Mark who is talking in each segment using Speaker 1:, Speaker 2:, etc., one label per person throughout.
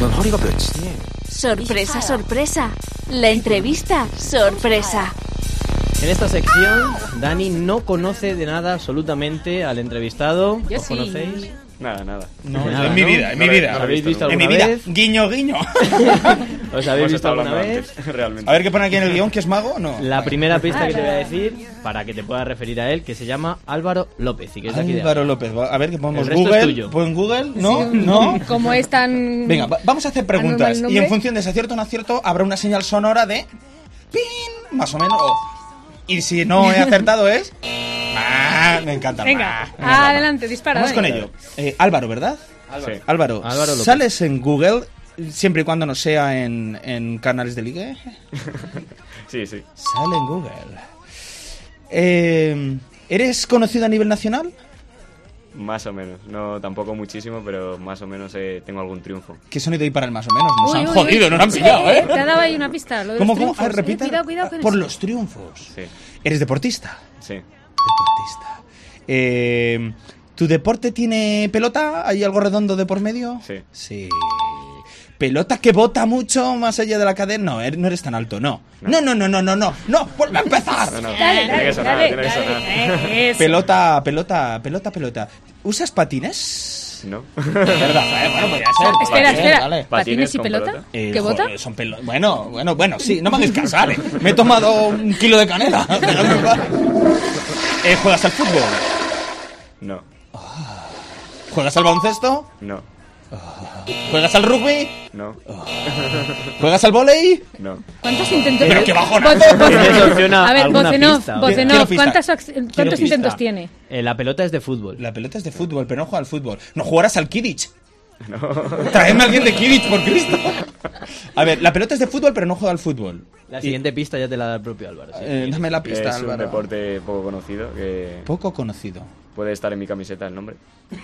Speaker 1: 넌 허리가 몇이니?
Speaker 2: Sorpresa, sorpresa. La entrevista, sorpresa.
Speaker 3: En esta sección, Dani no conoce de nada absolutamente al entrevistado.
Speaker 4: Yo
Speaker 3: ¿Os
Speaker 4: sí.
Speaker 3: conocéis?
Speaker 5: Nada, nada.
Speaker 3: No,
Speaker 6: en mi vida, en mi vida.
Speaker 5: ¿Lo
Speaker 3: ¿Habéis visto
Speaker 6: En mi
Speaker 3: alguna
Speaker 6: vida,
Speaker 3: vez?
Speaker 6: guiño, guiño.
Speaker 3: ¿Os habéis
Speaker 5: Hemos
Speaker 3: visto
Speaker 5: estado
Speaker 3: alguna
Speaker 5: hablando
Speaker 3: vez?
Speaker 5: antes, realmente.
Speaker 6: A ver qué pone aquí en el guión, que es mago o no.
Speaker 3: La primera pista que te voy a decir, para que te puedas referir a él, que se llama Álvaro López y que es de aquí de
Speaker 6: Álvaro López, va- a ver qué ponemos.
Speaker 3: El resto es
Speaker 6: Google,
Speaker 3: tuyo.
Speaker 6: pon Google, no, no.
Speaker 4: Como es tan.
Speaker 6: Venga, va- vamos a hacer
Speaker 4: Anota
Speaker 6: preguntas
Speaker 4: el
Speaker 6: y
Speaker 4: nombre.
Speaker 6: en función de si acierto o no acierto habrá una señal sonora de pin, más o menos. o- Y si no he acertado es Ah, me encanta.
Speaker 4: Venga,
Speaker 6: ah, me encanta.
Speaker 4: adelante, dispara,
Speaker 6: Vamos con
Speaker 4: Dani.
Speaker 6: ello. Eh, Álvaro, ¿verdad?
Speaker 5: Álvaro. Sí.
Speaker 6: Álvaro,
Speaker 3: Álvaro López.
Speaker 6: ¿sales en Google siempre y cuando no sea en, en canales de ligue?
Speaker 5: Sí, sí.
Speaker 6: Sale en Google. Eh, ¿Eres conocido a nivel nacional?
Speaker 5: Más o menos. No tampoco muchísimo, pero más o menos eh, tengo algún triunfo.
Speaker 6: ¿Qué sonido hay para el más o menos? Nos
Speaker 4: Uy,
Speaker 6: han
Speaker 4: uy, uy.
Speaker 6: jodido, nos han pillado,
Speaker 4: Eh,
Speaker 6: ¿eh?
Speaker 4: Te ha dado ahí una pista. Lo de
Speaker 6: ¿Cómo,
Speaker 4: los
Speaker 6: cómo? A ver,
Speaker 4: triunfos.
Speaker 6: repita.
Speaker 4: Eh, cuidado, cuidado con
Speaker 6: Por
Speaker 4: eso.
Speaker 6: los triunfos.
Speaker 5: Sí,
Speaker 6: ¿Eres deportista?
Speaker 5: sí.
Speaker 6: Deportista. Eh, ¿Tu deporte tiene pelota? ¿Hay algo redondo de por medio?
Speaker 5: Sí.
Speaker 6: Sí. ¿Pelota que bota mucho más allá de la cadena? No, er- no eres tan alto, no. No, no, no, no, no, no. No, vuelve a empezar.
Speaker 5: No, no.
Speaker 4: Dale,
Speaker 5: tiene
Speaker 4: dale,
Speaker 5: que sonar,
Speaker 4: dale,
Speaker 5: tiene que
Speaker 4: dale.
Speaker 5: sonar.
Speaker 4: Eh, eso.
Speaker 6: Pelota, pelota, pelota, pelota. ¿Usas patines?
Speaker 5: ¿No?
Speaker 6: Verdad, eh, bueno, podría ser. podría
Speaker 4: Espera,
Speaker 6: ser,
Speaker 4: espera.
Speaker 6: vale.
Speaker 4: ¿Patines
Speaker 5: Patines
Speaker 4: y
Speaker 5: con
Speaker 4: pelota?
Speaker 5: pelota.
Speaker 6: Eh,
Speaker 4: ¿Qué bota?
Speaker 6: joder, son pelo- Bueno, bueno, bueno, sí, no me hagas cansar. eh. Me he tomado un kilo de canela. pero me vale. Eh, ¿Juegas al fútbol?
Speaker 5: No,
Speaker 6: ¿Juegas al baloncesto?
Speaker 5: no,
Speaker 6: ¿Juegas al rugby?
Speaker 5: no,
Speaker 6: ¿Juegas al volei?
Speaker 5: no.
Speaker 4: ¿Cuántos intentos?
Speaker 6: Pero qué bajona.
Speaker 4: Voce- voce-
Speaker 3: Tienes opción a
Speaker 4: A ver,
Speaker 3: alguna
Speaker 4: Bocenov,
Speaker 3: pista,
Speaker 4: Bocenov,
Speaker 6: obviamente. Quiero pista.
Speaker 4: ¿cuántas ac- ¿cuántos
Speaker 6: pista.
Speaker 4: intentos tiene?
Speaker 3: Eh, la pelota es de fútbol.
Speaker 6: La pelota es de fútbol, pero no juega al fútbol. ¿No jugarás al Kidditch? No. Traedme a alguien de Kidditch, por Cristo. A ver, la pelota es de fútbol, pero no juega al fútbol.
Speaker 3: La
Speaker 6: Y-
Speaker 3: siguiente pista ya te la da el propio Álvaro. sí.
Speaker 6: eh, dame la pista,
Speaker 5: es un
Speaker 6: Álvaro. Oh.
Speaker 5: deporte poco conocido que
Speaker 6: Poco conocido.
Speaker 5: puede estar en mi camiseta el nombre.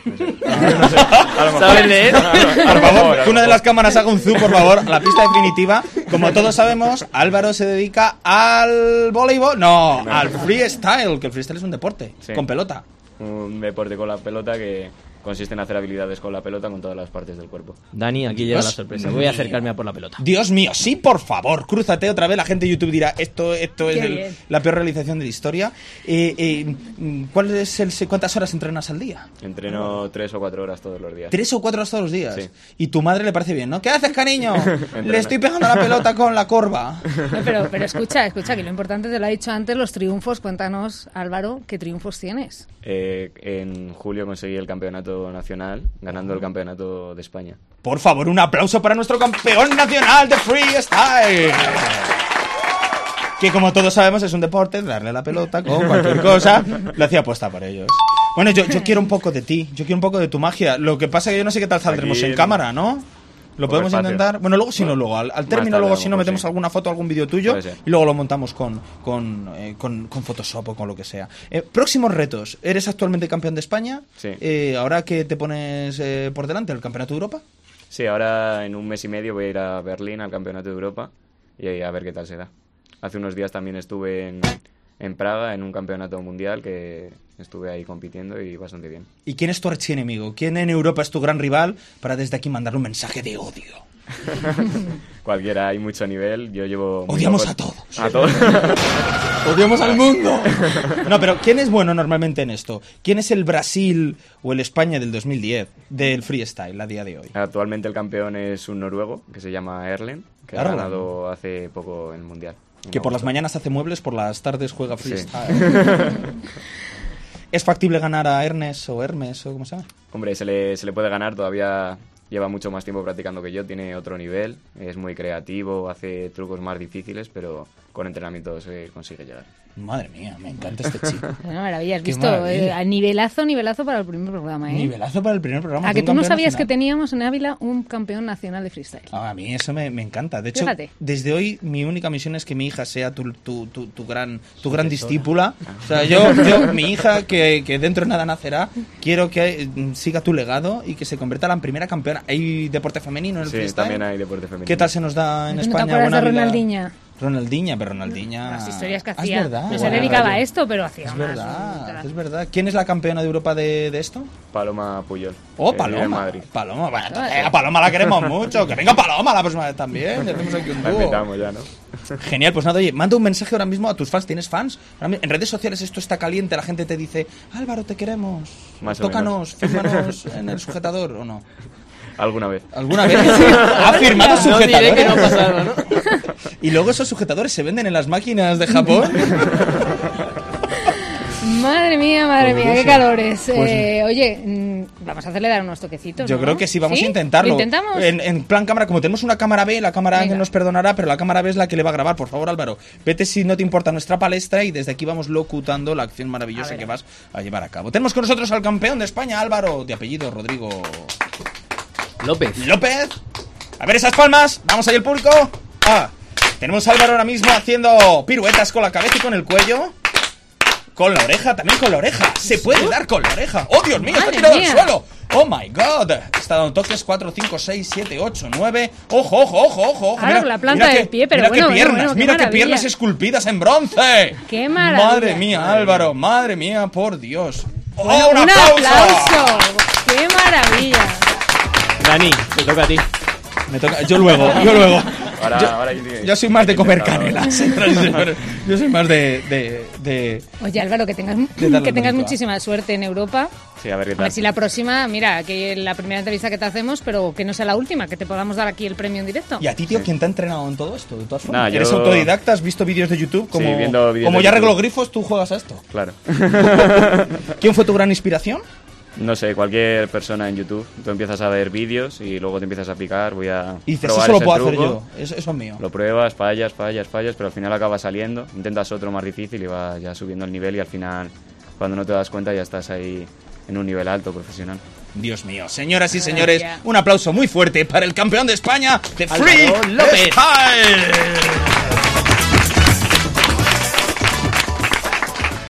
Speaker 5: No sé. No sé. A lo mejor.
Speaker 3: ¿Sabes leer?
Speaker 5: A lo- a lo
Speaker 6: Ah. Por favor,
Speaker 5: mejor, a
Speaker 6: que
Speaker 5: lo
Speaker 6: una de las
Speaker 5: mejor.
Speaker 6: cámaras haga un zoom, por favor, a la pista definitiva. Como todos sabemos, Álvaro se dedica al voleibol. No,
Speaker 5: No.
Speaker 6: al freestyle, que el freestyle es un deporte,
Speaker 5: Sí.
Speaker 6: con pelota.
Speaker 5: Un deporte con la pelota que consiste en hacer habilidades con la pelota con todas las partes del cuerpo.
Speaker 3: Dani, aquí llega la
Speaker 6: Dios
Speaker 3: sorpresa. Voy a acercarme a por la pelota.
Speaker 6: Dios mío, sí, por favor, crúzate otra vez. La gente de YouTube dirá, esto, esto es
Speaker 4: Qué
Speaker 6: el-
Speaker 4: bien.
Speaker 6: la peor realización de la historia. Eh, eh, ¿cuál es el, se- ¿Cuántas horas entrenas al día?
Speaker 5: Entreno
Speaker 6: Ah.
Speaker 5: tres o cuatro horas todos los días.
Speaker 6: Tres o cuatro horas todos los días.
Speaker 5: Sí.
Speaker 6: Y tu madre le parece bien, ¿no? ¿Qué haces, cariño? le
Speaker 5: Entreno.
Speaker 6: estoy pegando la pelota con la corva.
Speaker 4: No, pero, pero escucha, escucha, que lo importante te lo ha dicho antes, los triunfos. Cuéntanos, Álvaro, ¿qué triunfos tienes?
Speaker 5: Eh, en julio conseguí el campeonato nacional, ganando el campeonato de España.
Speaker 6: Por favor, un aplauso para nuestro campeón nacional de freestyle. Que como todos sabemos es un deporte, darle la pelota con cualquier cosa. Lo hacía apuesta por ellos. Bueno, yo, yo quiero un poco de ti, yo quiero un poco de tu magia. Lo que pasa es que yo no sé qué tal saldremos
Speaker 5: Aquí
Speaker 6: en
Speaker 5: no.
Speaker 6: cámara, ¿no? Lo
Speaker 5: Poco
Speaker 6: podemos
Speaker 5: espacio.
Speaker 6: intentar. Bueno, luego si no, luego. Al, al
Speaker 5: Más
Speaker 6: término,
Speaker 5: tarde,
Speaker 6: luego
Speaker 5: a lo
Speaker 6: si no,
Speaker 5: mejor,
Speaker 6: metemos
Speaker 5: sí.
Speaker 6: alguna foto, algún vídeo tuyo.
Speaker 5: Puede ser.
Speaker 6: Y luego lo montamos con, con, eh, con, con Photoshop o con lo que sea. Eh, próximos retos. ¿Eres actualmente campeón de España?
Speaker 5: Sí.
Speaker 6: Eh, ¿Ahora que te pones eh, por delante? ¿El Campeonato de Europa?
Speaker 5: Sí, ahora en un mes y medio voy a ir a Berlín al Campeonato de Europa y ahí a ver qué tal se da. Hace unos días también estuve en, en Praga en un campeonato mundial que estuve ahí compitiendo y bastante bien.
Speaker 6: ¿Y quién es tu archienemigo? ¿Quién en Europa es tu gran rival para desde aquí mandarle un mensaje de odio?
Speaker 5: Cualquiera, hay mucho nivel, yo llevo... muy
Speaker 6: Odiamos
Speaker 5: poco-
Speaker 6: a todos.
Speaker 5: A todos.
Speaker 6: ¡Odiamos al mundo! No, pero ¿quién es bueno normalmente en esto? ¿Quién es el Brasil o el España del 2010 del freestyle a día de hoy?
Speaker 5: Actualmente el campeón es un noruego que se llama Erlen, que ha
Speaker 6: Erlen.
Speaker 5: ganado hace poco el mundial.
Speaker 6: Que por las
Speaker 5: mañanas
Speaker 6: mañanas hace muebles, por las tardes juega
Speaker 5: Sí.
Speaker 6: freestyle. ¿Es factible ganar a Ernest o Hermes o cómo se llama?
Speaker 5: Hombre, se le, se le puede ganar, todavía lleva mucho más tiempo practicando que yo, tiene otro nivel, es muy creativo, hace trucos más difíciles, pero con entrenamiento se consigue llegar.
Speaker 6: Madre mía, me encanta este chico.
Speaker 4: Una maravilla, has
Speaker 6: Qué
Speaker 4: visto,
Speaker 6: maravilla.
Speaker 4: eh, a nivelazo, nivelazo para el primer programa, ¿eh?
Speaker 6: Nivelazo para el primer programa.
Speaker 4: A
Speaker 6: de
Speaker 4: Ah, que
Speaker 6: un
Speaker 4: tú no
Speaker 6: campeón
Speaker 4: sabías que
Speaker 6: nacional.
Speaker 4: teníamos en Ávila un campeón nacional de freestyle.
Speaker 6: Ah, A mí eso me, me encanta. De hecho,
Speaker 4: Fíjate.
Speaker 6: desde hoy mi única misión es que mi hija sea tu, tu, tu, tu gran, tu gran discípula.
Speaker 5: Ah.
Speaker 6: O sea, yo, yo mi hija, que, que dentro de nada nacerá, quiero que eh, siga tu legado y que se convierta en la primera campeona. ¿Hay deporte femenino en el
Speaker 5: Sí,
Speaker 6: freestyle?
Speaker 5: también hay deporte femenino.
Speaker 6: ¿Qué tal se nos da en
Speaker 4: ¿No te
Speaker 6: España?
Speaker 4: acuerdas de
Speaker 6: Buena vida.
Speaker 4: Ronaldinha?
Speaker 6: Ronaldinha, pero Ronaldinha.
Speaker 4: Las historias que
Speaker 6: Ah, es
Speaker 4: hacía.
Speaker 6: verdad.
Speaker 4: no se
Speaker 5: Guau,
Speaker 4: dedicaba
Speaker 5: rayo.
Speaker 4: a esto, pero hacía
Speaker 6: Es
Speaker 4: más.
Speaker 6: verdad, es verdad. ¿Quién es la campeona de Europa de, de esto?
Speaker 5: Paloma Puyol.
Speaker 6: Oh,
Speaker 5: que vive
Speaker 6: Paloma.
Speaker 5: En Eh, Madrid.
Speaker 6: Paloma, bueno, entonces, a Paloma la queremos mucho. Que venga Paloma la próxima vez también. Ya tenemos aquí un
Speaker 5: La
Speaker 6: dúo.
Speaker 5: invitamos ya, ¿no?
Speaker 6: Genial, pues nada, oye, manda un mensaje ahora mismo a tus fans. ¿Tienes fans? Ahora mi- En redes sociales esto está caliente, la gente te dice, Álvaro, te queremos.
Speaker 5: Más o
Speaker 6: Tócanos, fírmanos en el sujetador o no.
Speaker 5: Alguna vez.
Speaker 6: ¿Alguna vez? ha firmado
Speaker 3: No
Speaker 6: sujetadores.
Speaker 3: diré que no pasaba, ¿no?
Speaker 6: Y luego esos sujetadores se venden en las máquinas de Japón.
Speaker 4: Madre mía, madre mía, qué
Speaker 6: Curioso.
Speaker 4: calores.
Speaker 6: Pues-
Speaker 4: Eh, oye, mm, vamos a hacerle dar unos toquecitos.
Speaker 6: Yo
Speaker 4: ¿no?
Speaker 6: creo que sí, vamos
Speaker 4: ¿Sí?
Speaker 6: a intentarlo.
Speaker 4: ¿Lo intentamos?
Speaker 6: En, en plan cámara, como tenemos una cámara B, la cámara
Speaker 4: Venga.
Speaker 6: A que nos perdonará, pero la cámara B es la que le va a grabar. Por favor, Álvaro, vete si no te importa nuestra palestra y desde aquí vamos locutando la acción maravillosa que vas a llevar a cabo. Tenemos con nosotros al campeón de España, Álvaro, de apellido Rodrigo
Speaker 3: López.
Speaker 6: López. A ver esas palmas, vamos ahí el público. Ah, tenemos a Álvaro ahora mismo haciendo piruetas con la cabeza y con el cuello. Con la oreja, también con la oreja. Se puede dar con la oreja. ¡Oh, Dios mío! ¡Está
Speaker 4: Madre
Speaker 6: tirado al
Speaker 4: mía.
Speaker 6: suelo! ¡Oh, my God! Está dando toques 4, 5, 6, 7, 8, 9. ¡Ojo, ojo, ojo, ojo! ojo.
Speaker 4: Claro, la planta
Speaker 6: mira
Speaker 4: del pie, pero
Speaker 6: mira
Speaker 4: bueno,
Speaker 6: qué
Speaker 4: bueno,
Speaker 6: piernas,
Speaker 4: bueno, qué
Speaker 6: mira qué
Speaker 4: maravilla.
Speaker 6: piernas esculpidas en bronce.
Speaker 4: ¡Qué maravilla!
Speaker 6: Madre mía, Álvaro, madre mía, por Dios. ¡Oh,
Speaker 4: Bueno,
Speaker 6: un
Speaker 4: un
Speaker 6: aplauso!
Speaker 4: aplauso. ¡Qué maravilla!
Speaker 3: Dani, te toca a ti.
Speaker 6: Me toca, yo luego, yo luego.
Speaker 5: Ahora,
Speaker 6: Yo-
Speaker 5: ahora yo digo-
Speaker 6: Yo soy más de comer
Speaker 5: Intentado.
Speaker 6: canelas. Yo soy más de. de, de-
Speaker 4: Oye, Álvaro, que tengas,
Speaker 6: darle
Speaker 4: que tengas
Speaker 6: bonito, ah.
Speaker 4: muchísima suerte en Europa.
Speaker 5: Sí, a ver qué
Speaker 4: A
Speaker 5: tal.
Speaker 4: ver si la próxima, mira, que la primera entrevista que te hacemos, pero que no sea la última, que te podamos dar aquí el premio en directo.
Speaker 6: ¿Y a ti, tío, quién te ha entrenado en todo esto? De todas formas,
Speaker 5: Nah, yo-
Speaker 6: ¿Eres autodidacta? ¿Has visto vídeos de YouTube? Como,
Speaker 5: viendo vídeos
Speaker 6: como
Speaker 5: de
Speaker 6: ya arreglo
Speaker 5: YouTube.
Speaker 6: grifos, tú juegas a esto.
Speaker 5: Claro.
Speaker 6: ¿Quién fue tu gran inspiración?
Speaker 5: No sé, cualquier persona en YouTube. Tú empiezas a ver vídeos y luego te empiezas a picar. Voy a.
Speaker 6: Y dices,
Speaker 5: probar
Speaker 6: eso lo
Speaker 5: ese
Speaker 6: puedo hacer
Speaker 5: truco.
Speaker 6: yo. Eso, eso es mío.
Speaker 5: Lo pruebas, fallas, fallas, fallas, pero al final acaba saliendo. Intentas otro más difícil y vas ya subiendo el nivel y al final, cuando no te das cuenta, ya estás ahí en un nivel alto profesional.
Speaker 6: Dios mío. Señoras y señores,
Speaker 4: Maravilla.
Speaker 6: un aplauso muy fuerte para el campeón de España, de Free
Speaker 3: Álvaro López.
Speaker 6: Style.